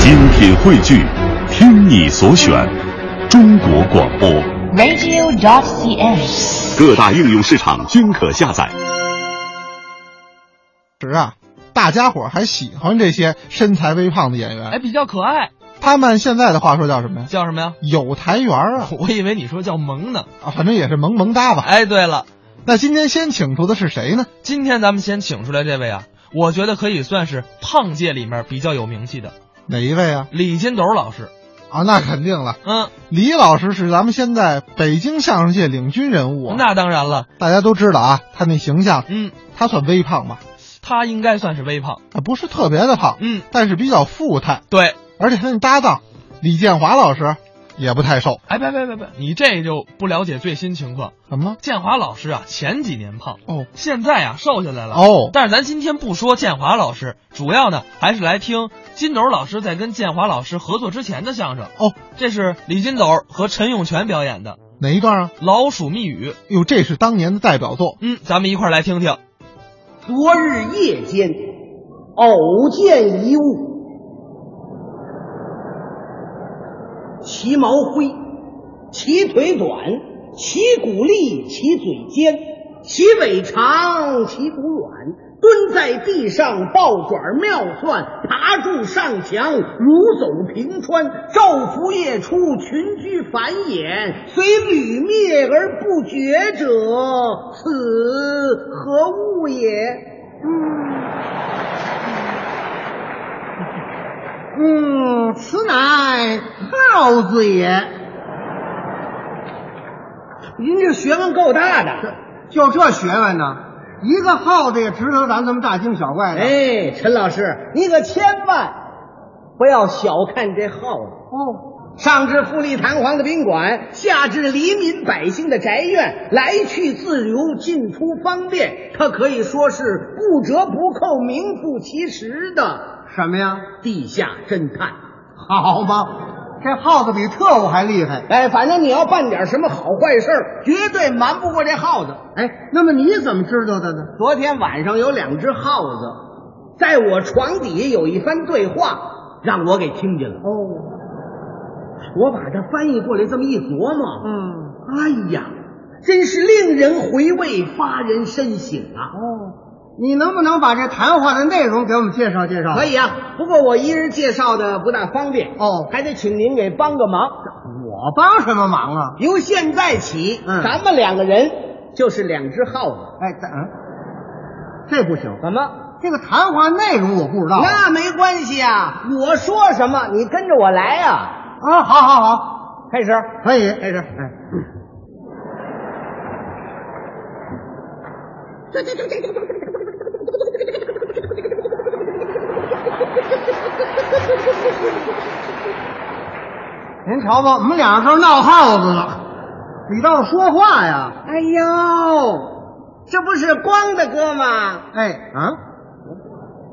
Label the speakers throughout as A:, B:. A: 精品汇聚，听你所选，中国广播。
B: radio.cn。
A: 各大应用市场均可下载。
C: 其实啊，大家伙儿还喜欢这些身材微胖的演
D: 哎，
C: 员。
D: 比较可爱，
C: 他们现在的话说叫什么呀？
D: 叫什么呀？
C: 有台缘儿啊，
D: 我以为你说叫萌呢。
C: 啊，反正也是萌萌哒吧。
D: 哎，对了，
C: 那今天先请出的是谁呢？
D: 今天咱们先请出来这位啊，我觉得可以算是胖界里面比较有名气的
C: 哪一位啊？
D: 李金斗老师。
C: 啊，那肯定了，
D: 嗯，
C: 李老师是咱们现在北京相声界领军人物啊。
D: 那当然了，
C: 大家都知道啊，他那形象，
D: 嗯，
C: 他算微胖吧，
D: 他应该算是微胖。
C: 啊，不是特别的胖，
D: 嗯，
C: 但是比较富态，
D: 对。
C: 而且他那搭档李建华老师也不太瘦。
D: 哎，别别别别，你这就不了解最新情况。
C: 怎么了？
D: 建华老师啊，前几年胖，
C: 哦
D: 现在啊瘦下来了。
C: 哦，
D: 但是咱今天不说建华老师，主要呢还是来听金斗老师在跟建华老师合作之前的相声。
C: 哦，
D: 这是李金斗和陈永泉表演的。
C: 哪一段啊？
D: 《老鼠密语》。
C: 哟，这是当年的代表作。
D: 嗯，咱们一块儿来听听。
E: 昨日夜间，偶见一物，其毛灰，其腿短，其骨立，其嘴尖，其尾长，其骨软。蹲在地上，抱卷妙算，爬柱上墙，如走平川。昼伏夜出，群居繁衍，虽屡灭而不绝者，此何物也？嗯，此乃耗子也。您这学问够大的。
F: 就这学问呢，一个耗子也值得咱这么大惊小怪的。
E: 哎，陈老师，你可千万不要小看这耗子哦。上至富丽堂皇的宾馆，下至黎民百姓的宅院，来去自由，进出方便，它可以说是不折不扣、名副其实的
F: 什么呀？
E: 地下侦探。
F: 好吧，这耗子比特务还厉害。
E: 哎，反正你要办点什么好坏事儿，绝对瞒不过这耗子。
F: 哎，那么你怎么知道的呢？
E: 昨天晚上有两只耗子在我床底下有一番对话，让我给听见了。哦，我把它翻译过来，这么一琢磨，
F: 嗯，
E: 哎呀，真是令人回味，发人深省啊！
F: 哦你能不能把这谈话的内容给我们介绍介绍？
E: 可。以啊，不过我一人介绍的不大方便
F: 哦
E: 还得请您给帮个忙。
F: 我帮什么忙啊？
E: 由现在起，
F: 嗯
E: 咱们两个人就是两只耗子，
F: 哎，这嗯，这不行。
E: 怎么？
F: 这个谈话内容我不知道。
E: 那没关系啊，我说什么你跟着我来啊！
F: 啊，好好好，
E: 开始，
F: 可以。
E: 开始，哎。
F: 您瞧吧，我们俩都闹耗子了，你倒是说话呀！
E: 哎呦，这不是光的哥吗？
F: 哎啊，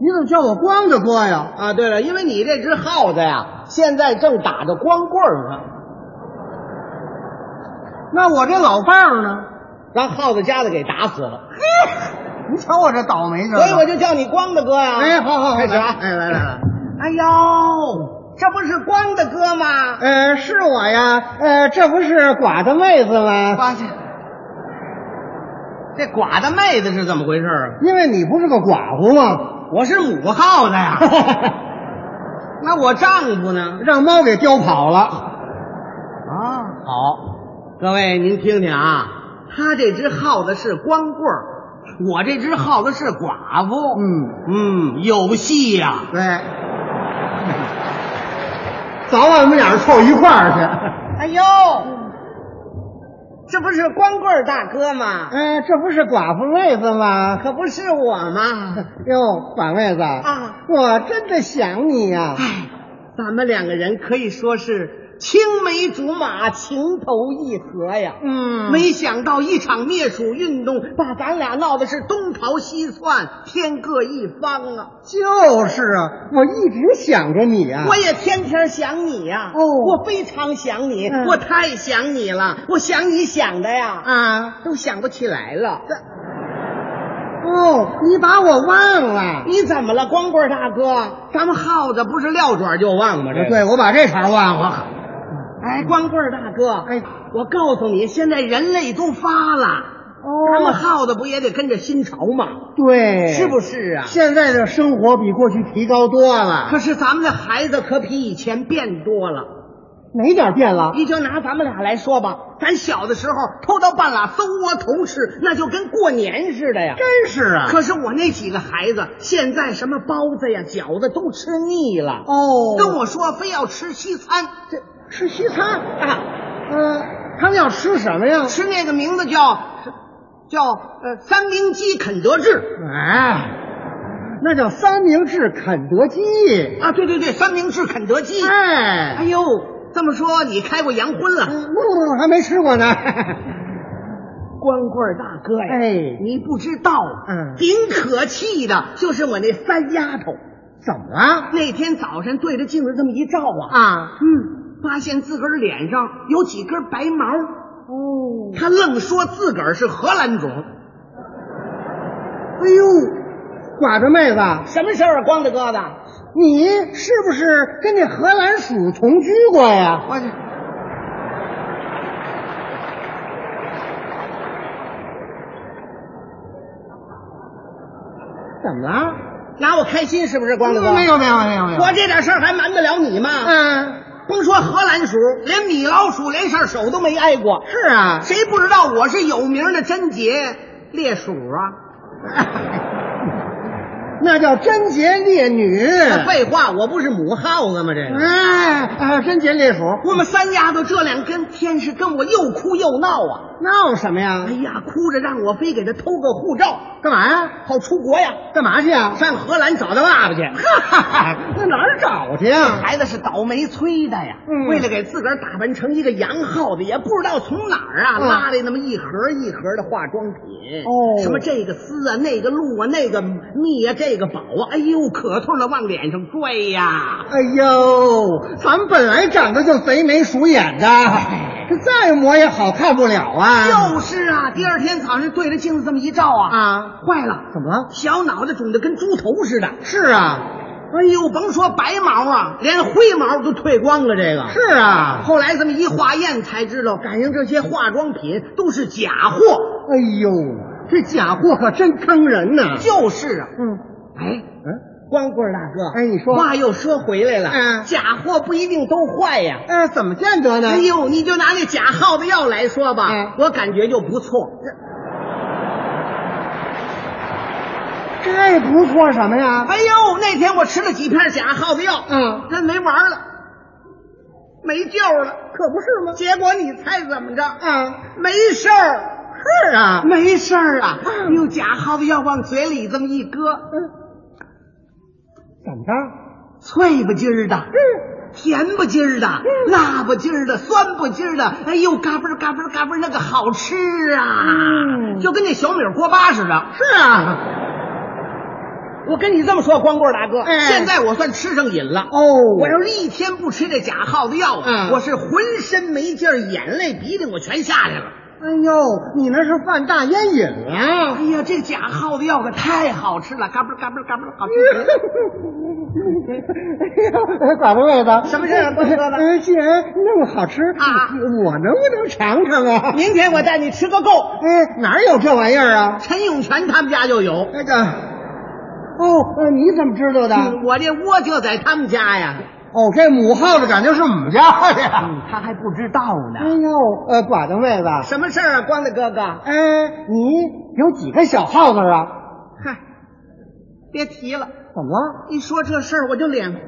F: 你怎么叫我光着哥呀？
E: 啊，对了，因为你这只耗子呀，现在正打着光棍儿呢，
F: 那我这老伴儿呢？
E: 让耗子家子给打死了，
F: 你瞧我这倒霉劲儿
E: 所以我
F: 就
E: 就叫你光的哥呀。
F: 哎，好好好，
E: 开始啊！
F: 哎，来来来，
E: 哎呦，这不是光的哥吗？
F: 呃，是我呀，呃，这不是寡的妹子吗？
E: 发现这寡的妹子是怎么回事啊？
F: 因为你不是个寡妇吗？
E: 我是母耗子 呀，那我丈夫呢？
F: 让猫给叼跑了啊！
E: 好，各位您听听啊，他这只耗子是光棍儿，我这只耗子是寡妇。
F: 嗯，
E: 嗯，有戏呀、
F: 对， 早晚我们俩人凑一块儿去。
E: 哎呦，这不是光棍儿大哥吗？
F: 哎，这不是寡妇妹子吗？
E: 可不是我嘛！
F: 哟，寡妹子
E: 啊，
F: 我真的想你呀、
E: 哎，咱们两个人可以说是青梅竹马，情投意合呀。
F: 嗯
E: 没想到一场灭鼠运动把咱俩闹的是东逃西窜，天各一方啊！
F: 就是啊，我一直想着你啊。
E: 我也天天想你呀、
F: 哦
E: 我非常想你，
F: 嗯
E: 我太想你了，我想你想的呀，
F: 啊，
E: 都想不起来了。
F: 哦，你把我忘了。
E: 你怎么了，光棍大哥？咱们耗子不是撂爪就忘吗？这个
F: 对，我把这茬忘了。
E: 哎，光棍儿大哥，
F: 哎，
E: 我告诉你，现在人类都发了，咱们耗子不也得跟着新潮吗？
F: 哦对，
E: 是不
F: 是？
E: 是啊？
F: 现在的生活比过去提高多了。
E: 可是咱们的孩子可比以前变多了。
F: 哪点变了？
E: 你就拿咱们俩来说吧，咱小的时候偷到半拉蜂窝头吃，那就跟过年似的呀。
F: 真是啊
E: 可是我那几个孩子现在什么包子呀、饺子都吃腻了，
F: 哦，
E: 跟我说非要吃西餐，这
F: 吃西餐。
E: 啊，
F: 呃，他们要吃什么呀？
E: 吃那个名字叫叫呃三明鸡肯德基。
F: 哎，那叫三明治肯德基。
E: 啊，对对对，三明治肯德基。哎
F: 哎，嗯
E: 呦，这么说你开过洋荤了，
F: 不不不，还没吃过呢。
E: 光棍儿大哥呀！
F: 哎
E: 你不知道，
F: 嗯
E: 顶可气的就是我那三丫头。
F: 怎么了？
E: 那天早上对着镜子这么一照啊，
F: 啊，
E: 嗯，发现自个儿脸上有几根白毛。
F: 哦，
E: 她愣说自个儿是荷兰种，
F: 哎呦，寡着妹子，
E: 什么事儿啊，光大哥的？
F: 你是不是跟那荷兰鼠同居过呀？
E: 我去。
F: 怎么了？
E: 拿我开心是不是，光大哥？
F: 没有没有没有没有。
E: 我这点事儿还瞒得了你吗？
F: 嗯，
E: 甭说荷兰鼠，连米老鼠连扇手都没挨过。
F: 是啊，
E: 谁不知道我是有名的贞洁烈鼠啊？
F: 那叫贞洁烈女。
E: 废话，我不是母耗子吗？这个，
F: 哎，哎贞洁烈鼠，
E: 我们三丫头这两根天是跟我又哭又闹啊！
F: 闹什么呀
E: 哎？呀，哭着让我非给她偷个护照，
F: 干嘛呀？
E: 好出国呀，
F: 干嘛去啊？
E: 上荷兰找她爸爸去。
F: 哈哈哈，那哪儿找去呀、
E: 孩子是倒霉催的呀，
F: 嗯
E: 为了给自个儿打扮成一个洋耗子，也不知道从哪儿啊、
F: 嗯
E: 拉来那么一盒一盒的化妆品，
F: 哦
E: 什么这个丝啊、那个露啊、那个蜜啊、这个宝啊，哎呦，可痛的往脸上拽呀！
F: 哎呦，咱本来长得就贼眉鼠眼的，这再抹也好看不了啊。
E: 就是啊，第二天早上对着镜子这么一照啊，
F: 啊，
E: 坏了，
F: 怎么了？
E: 小脑袋肿得跟猪头似的，
F: 是啊，
E: 哎呦，甭说白毛啊，连灰毛都退光了，这个。
F: 是啊。
E: 后来这么一化验才知道，感情这些化妆品都是假货。
F: 哎呦，这假货可真坑人呐。
E: 就是啊，
F: 嗯
E: 哎，
F: 嗯，
E: 光棍大哥，
F: 哎你说
E: 话又说回来了，
F: 嗯
E: 假货不一定都坏呀。
F: 呃，怎么见得呢？
E: 哎呦，你就拿那假耗子药来说吧，
F: 嗯
E: 我感觉就不错。
F: 这不错什么呀？
E: 哎呦，那天我吃了几片假耗子药，
F: 嗯，
E: 真没玩了，没救了。
F: 可不是吗？
E: 结果你猜怎么着？
F: 啊，
E: 没事儿，
F: 是啊，
E: 没事儿啊。用假耗子药往嘴里这么一搁，
F: 怎么着？
E: 脆不唧儿的，
F: 嗯
E: 甜不唧儿的，辣不唧儿的，酸不唧儿的，哎呦，嘎嘣儿嘎嘣儿嘎嘣儿，那个好吃啊，
F: 嗯
E: 就跟那小米锅巴似的。
F: 是啊。
E: 我跟你这么说，光棍大哥，
F: 哎
E: 现在我算吃上瘾了。
F: 哦，
E: 我要是一天不吃这假耗子药啊，
F: 嗯
E: 我是浑身没劲儿，眼泪鼻涕我全下来了。
F: 哎呦，你那是犯大烟瘾啊了
E: 哎。呀，这假耗子药可太好吃了，嘎嘣儿嘎嘣儿嘎嘣儿，好吃
F: 哎
E: 极了。
F: 呀， 寡妇妹子，
E: 什么事儿不说吧
F: 呃既然那么好吃
E: 啊
F: 我能不能尝尝啊？
E: 明天我带你吃个够，
F: 哎，哪儿有这玩意儿啊？
E: 陈永泉他们家就有。
F: 那个，哦，呃你怎么知道的？
E: 嗯我这窝就在他们家呀，嗯
F: 哦，这母耗子感情是我们家的呀。
E: 他还不知道呢。
F: 哎呦，呃，寡妇妹子，
E: 什么事儿啊，光大哥哥？
F: 哎，你有几个小耗子啊？
E: 嗨，别提了，
F: 怎么了？
E: 一说这事儿我就脸红。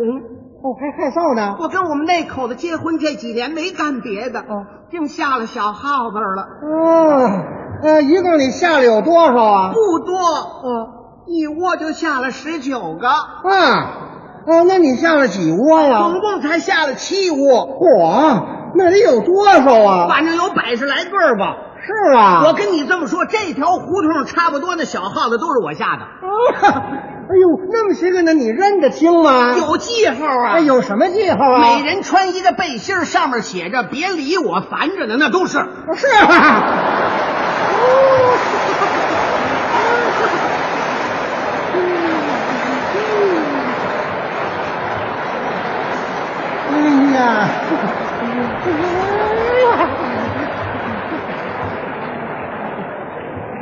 F: 哦，还害臊呢？
E: 我跟我们那口子结婚这几年没干别的，净下了小耗子了，
F: 哦，呃，一共你下了有多少啊？哦
E: 不多，一窝就下了十九个，
F: 啊，哦，那你下了几窝呀？
E: 总共才下了七窝，
F: 嚯，那得有多少啊？
E: 反正有百十来个儿吧。
F: 是啊，
E: 我跟你这么说，这条胡同差不多的小耗子都是我下
F: 哦
E: 的，
F: 哎呦，那么些个呢，你认得清吗？，
E: 有记号啊。
F: 哎，有什么记号啊？
E: 每人穿一个背心儿，上面写着“别理我，烦着呢”，那都是。
F: 是啊。
E: 哎
F: 呀！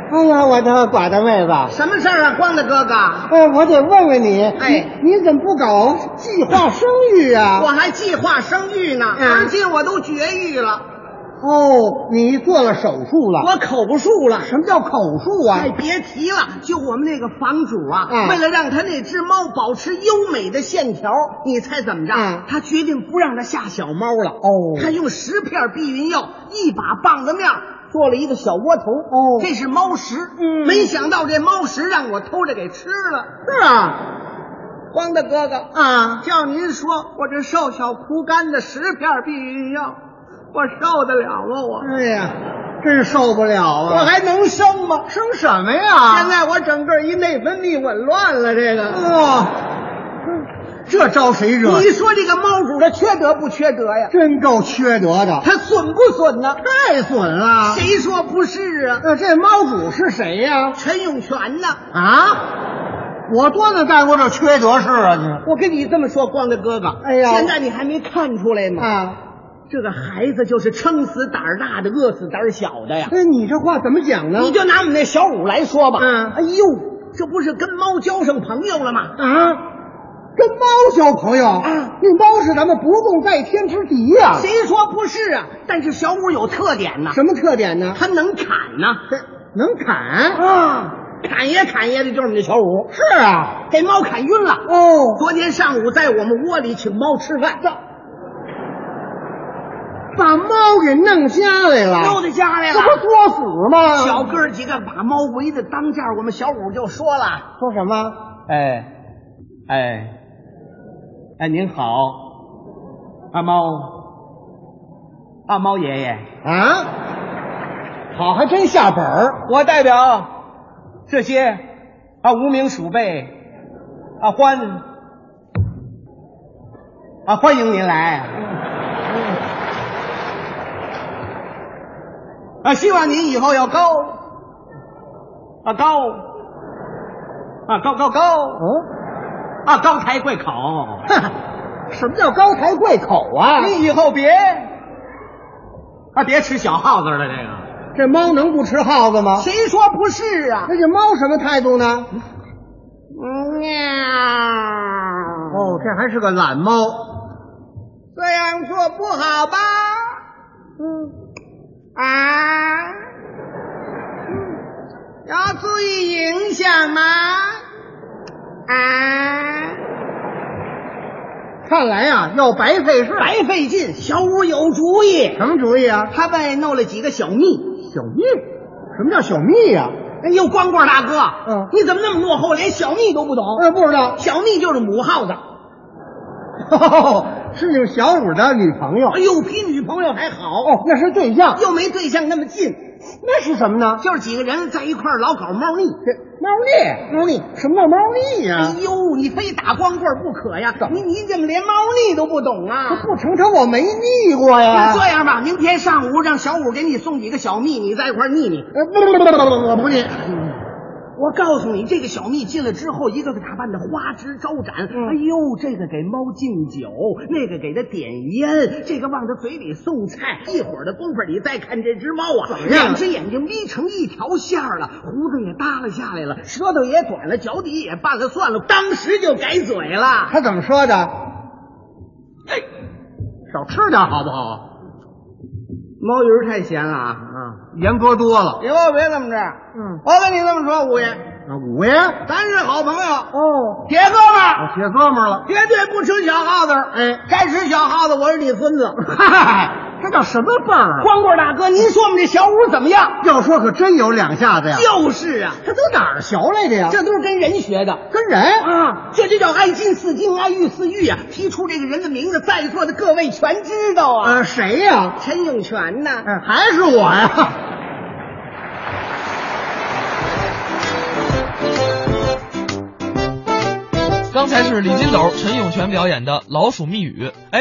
F: 哎呀，我的寡的妹子，
E: 什么事儿啊，光大哥哥？
F: 哎，我得问问你，
E: 哎
F: 你，你怎么不搞计划生育啊？
E: 我还计划生育呢，
F: 嗯
E: 而且我都绝育了，
F: 哦，你做了手术了？
E: 我口述了。
F: 什么叫口述啊
E: 哎，？别提了，就我们那个房主啊，
F: 嗯
E: 为了让他那只猫保持优美的线条，你猜怎么着？
F: 嗯
E: 他决定不让它下小猫了。
F: 哦
E: 他用十片避孕药，一把棒子面儿做了一个小窝头。
F: 哦
E: 这是猫食。
F: 嗯
E: 没想到这猫食让我偷着给吃了。
F: 是啊，
E: 光大哥哥，
F: 啊，
E: 叫您说，我这瘦小枯干的十片避孕药，我受得了吗？我、
F: 哎呀，真受不了啊！
E: 我还能生吗？
F: 生什么呀？
E: 现在我整个一内分泌紊乱了，这个。嗯
F: 哇，哦这招谁惹？
E: 你说这个猫主他缺德不缺德呀？
F: 真够缺德的，
E: 他损不损呢？
F: 太损了！
E: 谁说不是啊？
F: 呃，这猫主是谁呀、
E: 陈永泉呢？
F: 啊，我多能干过这缺德事啊！你
E: 我跟你这么说，光大哥哥，
F: 哎呀
E: 现在你还没看出来吗？
F: 啊，
E: 这个孩子就是撑死胆儿大的，饿死胆儿小的呀。
F: 那哎你这话怎么讲呢？
E: 你就拿我们那小五来说吧，
F: 嗯
E: 哎呦，这不是跟猫交上朋友了吗？
F: 啊，跟猫交朋友
E: 啊
F: 那猫是咱们不共戴天之敌呀、
E: 谁说不是啊？但是小五有特点呢，
F: 什么特点呢？
E: 他能砍呢。
F: 这能砍？
E: 啊，砍也砍也的就是我们这小五，
F: 是啊，
E: 给猫砍晕了。
F: 哦，
E: 昨天上午在我们窝里请猫吃饭，
F: 把猫给弄家来了，啊
E: 到家来
F: 这不作死吗？
E: 小哥儿几个把猫围的当间儿，我们小五就说了
F: 说什么？
B: 哎，哎，哎，您好，阿猫，阿猫爷爷，
F: 啊？好，还真下本儿。
B: 我代表这些啊无名鼠辈啊欢啊欢迎您来，啊希望您以后要高啊高啊高高高
F: 嗯，
B: 啊高抬贵口。
F: 什么叫高抬贵口啊？
B: 你以后别啊，别吃小耗子了，这个
F: 这猫能不吃耗子吗？
E: 谁说不是啊？
F: 那这猫什么态度呢？
E: 喵，
F: 哦，这还是个懒猫。
E: 这样做不好吧？嗯，啊，嗯要注意影响吗？啊，
F: 看来啊，要白费事。
E: 白费劲，小五有主意，
F: 什么主意啊？
E: 他外弄了几个小蜜。
F: 小蜜？什么叫小蜜呀、
E: 哎呦，光棍大哥，
F: 嗯
E: 你怎么那么落后，连小蜜都不懂？
F: 呃，不知道。
E: 小蜜就是母耗子，
F: 哦， 是你们小五的女朋友
E: 哎。呦，比女朋友还好，
F: 哦，那是对象。
E: 又没对象那么近，
F: 那是什么呢？
E: 就是几个人在一块儿老搞猫腻。
F: 这啊猫腻，猫腻，什么叫猫腻呀、
E: 哎呦，你非打光棍不可呀！你你怎么连猫腻都不懂
F: 这
E: 啊？
F: 不成成我没腻过
E: 那
F: 呀。
E: 这样吧，明天上午让小五给你送几个小蜜，你在一块儿腻腻。
F: 呃，不不不不不不，我不腻。
E: 我告诉你，这个小蜜进来之后，一个个打扮的花枝招展。
F: 嗯
E: 哎呦，这个给猫敬酒，那个给它点烟，这个往它嘴里送菜。一会儿的功夫，你再看这只猫啊，
F: 样
E: 两只眼睛眯成一条线儿了，胡子也耷拉下来了，舌头也短了，脚底也拌了蒜了，当时就改嘴了。
F: 他怎么说的？
E: 少吃点好不好？猫鱼太咸了啊！
F: 盐搁多了。
E: 以后别这么着。嗯，我跟你这么说，五爷，
F: 啊，五爷，哦，
E: 咱是好朋友哦，铁哥们儿。
F: 铁哥们儿了。
E: 绝对不吃小耗子。
F: 哎，
E: 该吃小耗子，我是你孙子。
F: 嗨，这叫什么辈儿啊？
E: 光棍大哥，您说我们这小五怎么样？
F: 要说可真有两下子呀。
E: 就是啊，
F: 这都哪儿学来的呀？
E: 这都是跟人学的。
F: 跟人
E: 啊，这就叫爱金似金，爱玉似玉啊！提出这个人的名字，在座的各位全知道啊。
F: 呃谁呀？
E: 陈永泉呐、
F: 嗯，还是我呀。
D: 刚才是李金斗、陈永泉表演的《老鼠密语》。哎，